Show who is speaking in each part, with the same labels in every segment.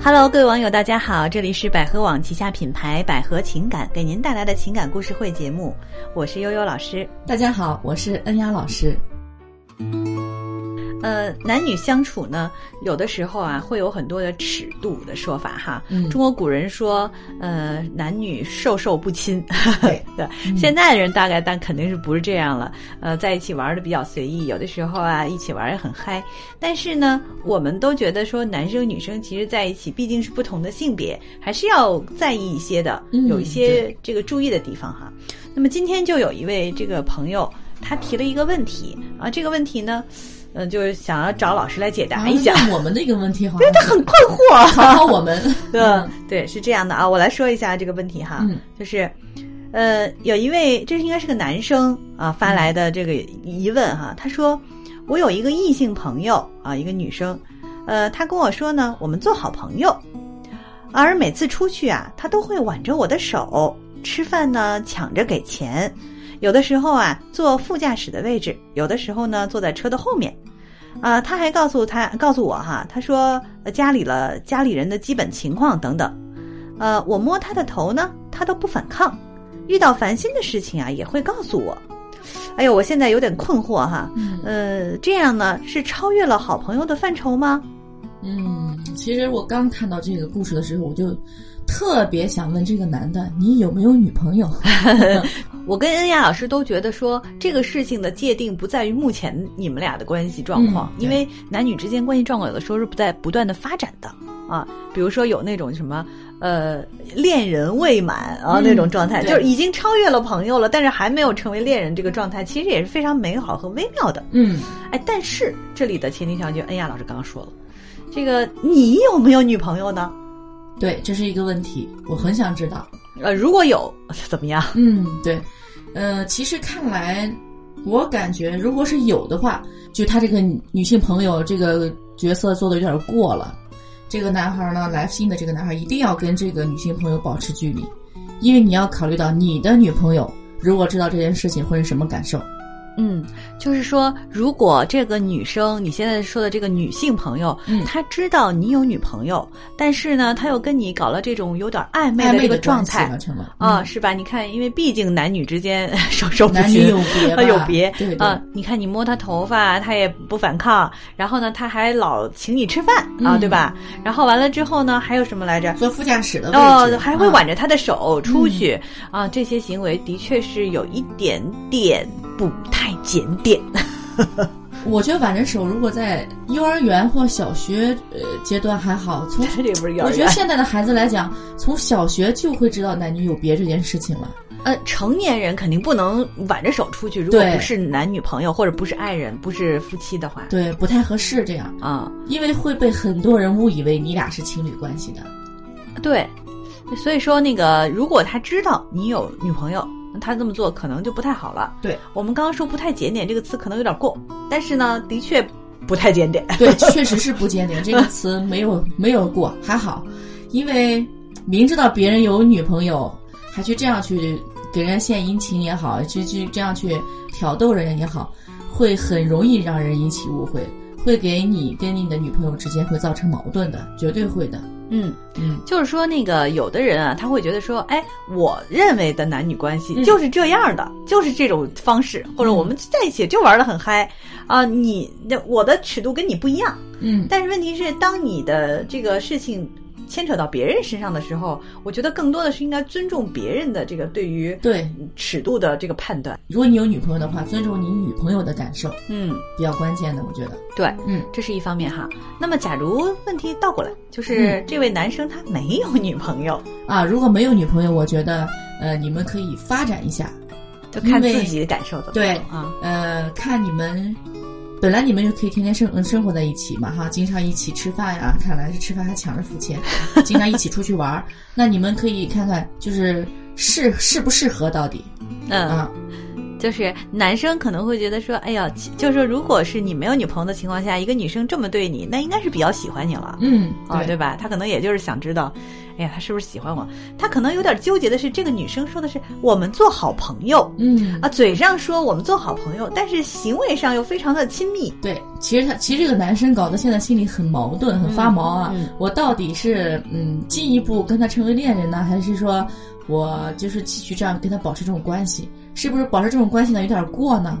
Speaker 1: Hello，各位网友，大家好，这里是百合网旗下品牌百合情感给您带来的情感故事会节目，我是悠悠老师。
Speaker 2: 大家好，我是恩雅老师。
Speaker 1: 呃，男女相处呢，有的时候啊，会有很多的尺度的说法哈。
Speaker 2: 嗯
Speaker 1: 中国古人说，呃，男女授受不亲。
Speaker 2: 对嗯
Speaker 1: 现在的人大概但肯定是不是这样了。呃，在一起玩的比较随意，有的时候啊，一起玩也很嗨。但是呢，我们都觉得说，男生女生其实在一起，毕竟是不同的性别，还是要在意一些的，
Speaker 2: 嗯
Speaker 1: 有一些这个注意的地方哈。那么今天就有一位这个朋友，他提了一个问题啊，这个问题呢，嗯、就是想要找老师来解答一下，
Speaker 2: 啊那我们那个问题好像
Speaker 1: 他很困惑。
Speaker 2: 考考我 们。
Speaker 1: 嗯，对，是这样的啊，我来说一下这个问题哈，
Speaker 2: 嗯
Speaker 1: 就是，呃，有一位这是应该是个男生啊发来的这个疑问哈，他说我有一个异性朋友啊，一个女生，呃，她跟我说呢，我们做好朋友，而每次出去啊，她都会挽着我的手，吃饭呢抢着给钱，有的时候啊坐副驾驶的位置，有的时候呢坐在车的后面。啊，他还告诉他告诉我哈，他说呃家里了家里人的基本情况等等，呃，我摸他的头呢，他都不反抗，遇到烦心的事情啊也会告诉我。哎呦，我现在有点困惑哈，
Speaker 2: 嗯
Speaker 1: 呃，这样呢是超越了好朋友的范畴吗？
Speaker 2: 嗯，其实我刚看到这个故事的时候，我就特别想问这个男的，你有没有女朋 友？
Speaker 1: 我跟恩雅老师都觉得说，这个事情的界定不在于目前你们俩的关系状况，
Speaker 2: 嗯对
Speaker 1: 因为男女之间关系状况有的时候是不在不断的发展的啊。比如说有那种什么呃恋人未满啊、
Speaker 2: 嗯
Speaker 1: 那种状态，
Speaker 2: 对
Speaker 1: 就是已经超越了朋友了，但是还没有成为恋人这个状态，其实也是非常美好和微妙的。
Speaker 2: 嗯，
Speaker 1: 哎，但是这里的前提条件，恩雅老师刚刚说了，这个你有没有女朋友呢？
Speaker 2: 对，这是一个问题，我很想知道。
Speaker 1: 呃，如果有，怎么样？
Speaker 2: 嗯，对，呃，其实看来，我感觉如果是有的话，就他这个女女性朋友这个角色做的有点过了。这个男孩呢，来信的这个男孩一定要跟这个女性朋友保持距离，因为你要考虑到你的女朋友如果知道这件事情会是什么感受。
Speaker 1: 嗯，就是说，如果这个女生，你现在说的这个女性朋友，
Speaker 2: 嗯
Speaker 1: 她知道你有女朋友，但是呢，她又跟你搞了这种有点暧昧的
Speaker 2: 暧昧
Speaker 1: 这个
Speaker 2: 的
Speaker 1: 状
Speaker 2: 关系
Speaker 1: 态
Speaker 2: 完成了
Speaker 1: 啊，
Speaker 2: 嗯
Speaker 1: 是吧？你看，因为毕竟男女之间 授受不
Speaker 2: 男女
Speaker 1: 亲，
Speaker 2: 有别吧，
Speaker 1: 啊有别
Speaker 2: 对对、
Speaker 1: 啊，你看你摸她头发，她也不反抗，然后呢，她还老请你吃饭啊，
Speaker 2: 嗯
Speaker 1: 对吧？然后完了之后呢，还有什么来着？
Speaker 2: 坐副驾驶的位置，
Speaker 1: 哦，还会
Speaker 2: 啊
Speaker 1: 挽着他的手出去、啊，这些行为的确是有一点点不太检 点。
Speaker 2: 我觉得挽着手，如果在幼儿园或小学呃阶段还好，从
Speaker 1: 这不是幼
Speaker 2: 我
Speaker 1: 儿
Speaker 2: 觉得
Speaker 1: 园。
Speaker 2: 现在的孩子来讲，从小学就会知道男女有别这件事情了。
Speaker 1: 呃，成年人肯定不能挽着手出去，如果
Speaker 2: 对
Speaker 1: 不是男女朋友或者不是爱人、不是夫妻的话，
Speaker 2: 对，不太合适这样，
Speaker 1: 啊、
Speaker 2: 因为会被很多人误以为你俩是情侣关系的。
Speaker 1: 对。所以说，那个如果他知道你有女朋友，那他这么做可能就不太好了。
Speaker 2: 对
Speaker 1: 我们刚刚说“不太检点”这个词可能有点过，但是呢，的确不太检点。
Speaker 2: 对，确实是不检点这个词没有没有过，还好，因为明知道别人有女朋友，还去这样去给人家献殷勤也好，去去这样去挑逗人家也好，会很容易让人引起误会，会给你跟你的女朋友之间会造成矛盾的，绝对会的。
Speaker 1: 嗯，
Speaker 2: 嗯，
Speaker 1: 就是说，那个有的人啊，他会觉得说，哎，我认为的男女关系
Speaker 2: 嗯
Speaker 1: 就是这样的，就是这种方式，或者
Speaker 2: 嗯
Speaker 1: 我们在一起就玩的很嗨啊、你那我的尺度跟你不一样，
Speaker 2: 嗯，
Speaker 1: 但是问题是，当你的这个事情牵扯到别人身上的时候，我觉得更多的是应该尊重别人的这个对于
Speaker 2: 对，
Speaker 1: 尺度的这个判断。
Speaker 2: 如果你有女朋友的话，尊重你女朋友的感受
Speaker 1: 嗯，
Speaker 2: 比较关键的，我觉得。
Speaker 1: 对，
Speaker 2: 嗯，
Speaker 1: 这是一方面哈。那么，假如问题倒过来，
Speaker 2: 嗯
Speaker 1: 就是这位男生他没有女朋友，
Speaker 2: 啊，如果没有女朋友，我觉得呃，你们可以发展一下，
Speaker 1: 就看
Speaker 2: 因为
Speaker 1: 自己的感受怎么
Speaker 2: 对
Speaker 1: 样啊。
Speaker 2: 呃，看你们，本来你们就可以天天生呃生活在一起嘛，哈，经常一起吃饭呀、看来是吃饭还抢着付钱， 经常一起出去玩儿，那你们可以看看就是适适不适合到底
Speaker 1: 嗯，
Speaker 2: 啊，
Speaker 1: 就是男生可能会觉得说，哎呀，其就是说如果是你没有女朋友的情况下，一个女生这么对你，那应该是比较喜欢你了。
Speaker 2: 嗯，
Speaker 1: 啊，对吧？他可能也就是想知道，哎呀，他是不是喜欢我？他可能有点纠结的是，这个女生说的是我们做好朋友
Speaker 2: 嗯
Speaker 1: 啊，嘴上说我们做好朋友，但是行为上又非常的亲密。
Speaker 2: 对，其实他其实这个男生搞得现在心里很矛盾，很发毛啊。
Speaker 1: 嗯嗯
Speaker 2: 我到底是嗯进一步跟他成为恋人呢，还是说我就是继续这样跟他保持这种关系？是不是保持这种关系呢有点过呢？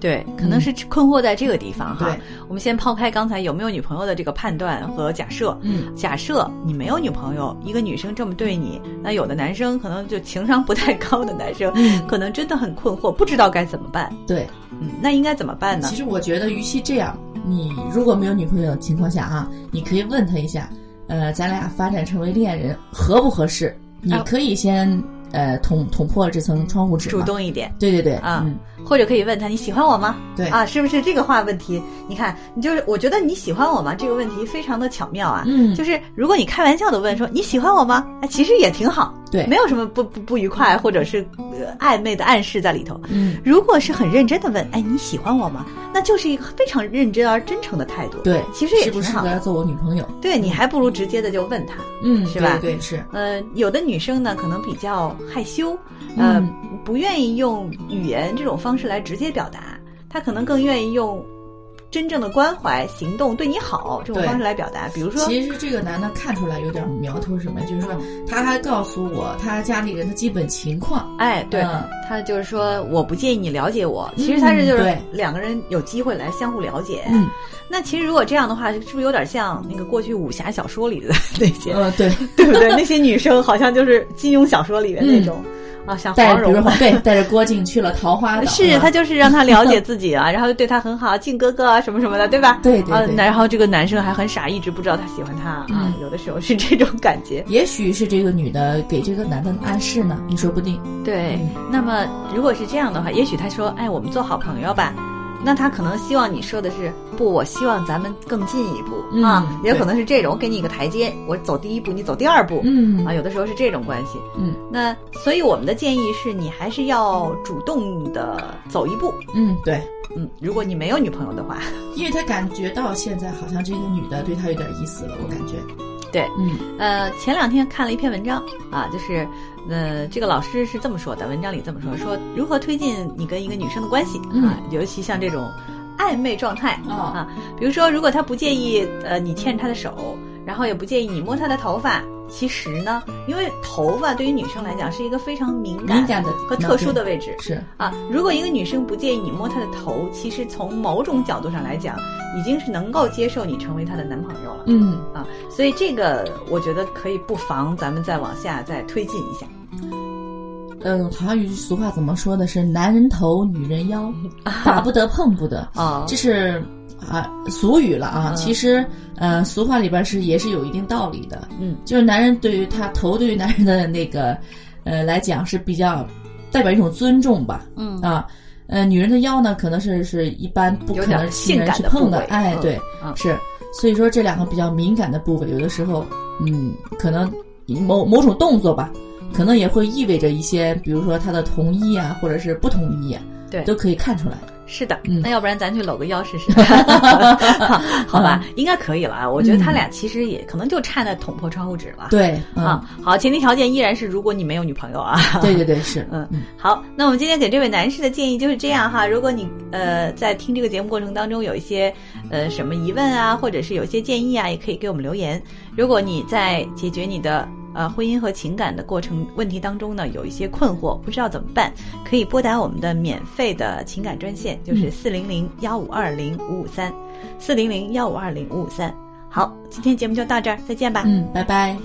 Speaker 1: 对，可能是困惑在这个地方哈。
Speaker 2: 嗯对，
Speaker 1: 我们先抛开刚才有没有女朋友的这个判断和假设。
Speaker 2: 嗯，
Speaker 1: 假设你没有女朋友，一个女生这么对你，那有的男生可能就情商不太高的男生，
Speaker 2: 嗯
Speaker 1: 可能真的很困惑，不知道该怎么办。
Speaker 2: 对。
Speaker 1: 嗯，那应该怎么办呢
Speaker 2: 其？实我觉得，与其这样，你如果没有女朋友的情况下啊，你可以问他一下，呃，咱俩发展成为恋人合不合适？你
Speaker 1: 啊
Speaker 2: 可以先呃捅捅破这层窗户纸
Speaker 1: 主
Speaker 2: 嘛。
Speaker 1: 动一点。
Speaker 2: 对对对，
Speaker 1: 啊
Speaker 2: 嗯，
Speaker 1: 或者可以问他你喜欢我吗？
Speaker 2: 对
Speaker 1: 啊，是不是这个话问题？你看，你就是我觉得你喜欢我吗这个问题非常的巧妙啊。
Speaker 2: 嗯
Speaker 1: 就是如果你开玩笑的问说你喜欢我吗？哎，其实也挺好，
Speaker 2: 对
Speaker 1: 没有什么不不不愉快或者是、呃、暧昧的暗示在里头。
Speaker 2: 嗯，
Speaker 1: 如果是很认真的问，哎，你喜欢我吗？那就是一个非常认真而真诚的态度。，
Speaker 2: 对，
Speaker 1: 其实也
Speaker 2: 适不
Speaker 1: 挺
Speaker 2: 适
Speaker 1: 好
Speaker 2: 合做我女朋友？
Speaker 1: 对你还不如直接的就问他。
Speaker 2: 嗯，
Speaker 1: 是吧
Speaker 2: 对对是，
Speaker 1: 呃，有的女生呢，可能比较害羞，呃，
Speaker 2: 嗯
Speaker 1: 不愿意用语言这种方式来直接表达，她可能更愿意用真正的关怀、行动对你好这种
Speaker 2: 对
Speaker 1: 方式来表达。比如说，
Speaker 2: 其实这个男的看出来有点苗头，什么，就是说他还告诉我他家里人的基本情况。
Speaker 1: 哎，对，
Speaker 2: 嗯
Speaker 1: 她就是说，我不介意你了解我。其实她是
Speaker 2: 嗯
Speaker 1: 就是
Speaker 2: 对
Speaker 1: 两个人有机会来相互了解。
Speaker 2: 嗯，
Speaker 1: 那其实如果这样的话，是不是有点像那个过去武侠小说里的 那些，
Speaker 2: 呃，对，
Speaker 1: 对不对？那些女生好像就是金庸小说里面那种、啊，像
Speaker 2: 嗯带
Speaker 1: 黄
Speaker 2: 比如
Speaker 1: 蓉
Speaker 2: 说啊
Speaker 1: 啊。
Speaker 2: 对带着郭靖去了桃花岛，
Speaker 1: 是
Speaker 2: 吧
Speaker 1: 他就是让他了解自己啊， 然后对他很好，靖哥哥啊什么什么的，对吧？
Speaker 2: 对对
Speaker 1: 啊，
Speaker 2: 对
Speaker 1: 那然后这个男生还很傻，一直不知道他喜欢他啊，
Speaker 2: 嗯
Speaker 1: 有的时候是这种感觉。
Speaker 2: 也许是这个女的给这个男的暗示呢，也说不定。
Speaker 1: 对，那么如果是这样的话，也许他说，哎，我们做好朋友
Speaker 2: 嗯
Speaker 1: 吧。那他可能希望你说的是不，我希望咱们更进一步、
Speaker 2: 嗯
Speaker 1: 啊，也
Speaker 2: 对
Speaker 1: 可能是这种，我给你一个台阶，我走第一步，你走第二步、
Speaker 2: 嗯
Speaker 1: 啊，有的时候是这种关系。
Speaker 2: 嗯
Speaker 1: 那所以我们的建议是你还是要主动的走一步，
Speaker 2: 嗯，对，
Speaker 1: 嗯，如果你没有女朋友的话，
Speaker 2: 因为他感觉到现在好像这个女的对他有点意思了，我感觉。
Speaker 1: 对，
Speaker 2: 嗯
Speaker 1: 呃，前两天看了一篇文章啊，就是，呃，这个老师是这么说的，文章里这么说，说如何推进你跟一个女生的关系啊，尤其像这种暧昧状态
Speaker 2: 嗯哦，
Speaker 1: 啊，比如说，如果她不介意呃你牵着她的手，然后也不介意你摸她的头发，其实呢，因为头发对于女生来讲是一个非常敏感
Speaker 2: 敏感的
Speaker 1: 和特殊的位置
Speaker 2: 对是，
Speaker 1: 啊，如果一个女生不介意你摸她的头，其实从某种角度上来讲，已经是能够接受你成为她的男朋友了。
Speaker 2: 嗯。
Speaker 1: 啊，所以这个我觉得可以不妨咱们再往下再推进一下
Speaker 2: 嗯，好像有句俗话怎么说的是“男人头，女人 腰，打不得，碰不得”，
Speaker 1: 啊
Speaker 2: 这是啊俗语了啊。
Speaker 1: 嗯
Speaker 2: 其实，呃，俗话里边是也是有一定道理的，
Speaker 1: 嗯，
Speaker 2: 就是男人对于他头对于男人的那个，呃来讲是比较代表一种尊重吧，
Speaker 1: 嗯
Speaker 2: 啊，呃，女人的腰呢，可能是是一般不
Speaker 1: 有
Speaker 2: 可
Speaker 1: 点
Speaker 2: 能
Speaker 1: 性
Speaker 2: 亲人
Speaker 1: 感
Speaker 2: 去
Speaker 1: 的
Speaker 2: 碰
Speaker 1: 部
Speaker 2: 的，
Speaker 1: 位
Speaker 2: 哎，
Speaker 1: 嗯
Speaker 2: 对，
Speaker 1: 嗯
Speaker 2: 是，所以说这两个比较敏感的部位，有的时候，嗯，可能某某种动作吧，可能也会意味着一些，比如说他的同意啊，或者是不同意、啊，
Speaker 1: 对啊
Speaker 2: 都可以看出来。
Speaker 1: 是的，
Speaker 2: 嗯
Speaker 1: 那要不然咱去搂个腰试 试，好吧？应该可以了啊。我觉得他
Speaker 2: 嗯
Speaker 1: 俩其实也可能就差那捅破窗户纸了。
Speaker 2: 对，嗯，
Speaker 1: 啊，好，前提条件依然是如果你没有女朋友啊。
Speaker 2: 对对对，是，
Speaker 1: 嗯，好，那我们今天给这位男士的建议就是这样哈。如果你呃在听这个节目过程当中有一些呃什么疑问啊，或者是有一些建议啊，也可以给我们留言。如果你在解决你的呃婚姻和情感的过程问题当中呢，有一些困惑，不知道怎么办，可以拨打我们的免费的情感专线，就是
Speaker 2: 嗯
Speaker 1: 四零零幺五二零五五三，四零零幺五二零五五三。好，今天节目就到这儿，再见吧。
Speaker 2: 嗯，拜拜。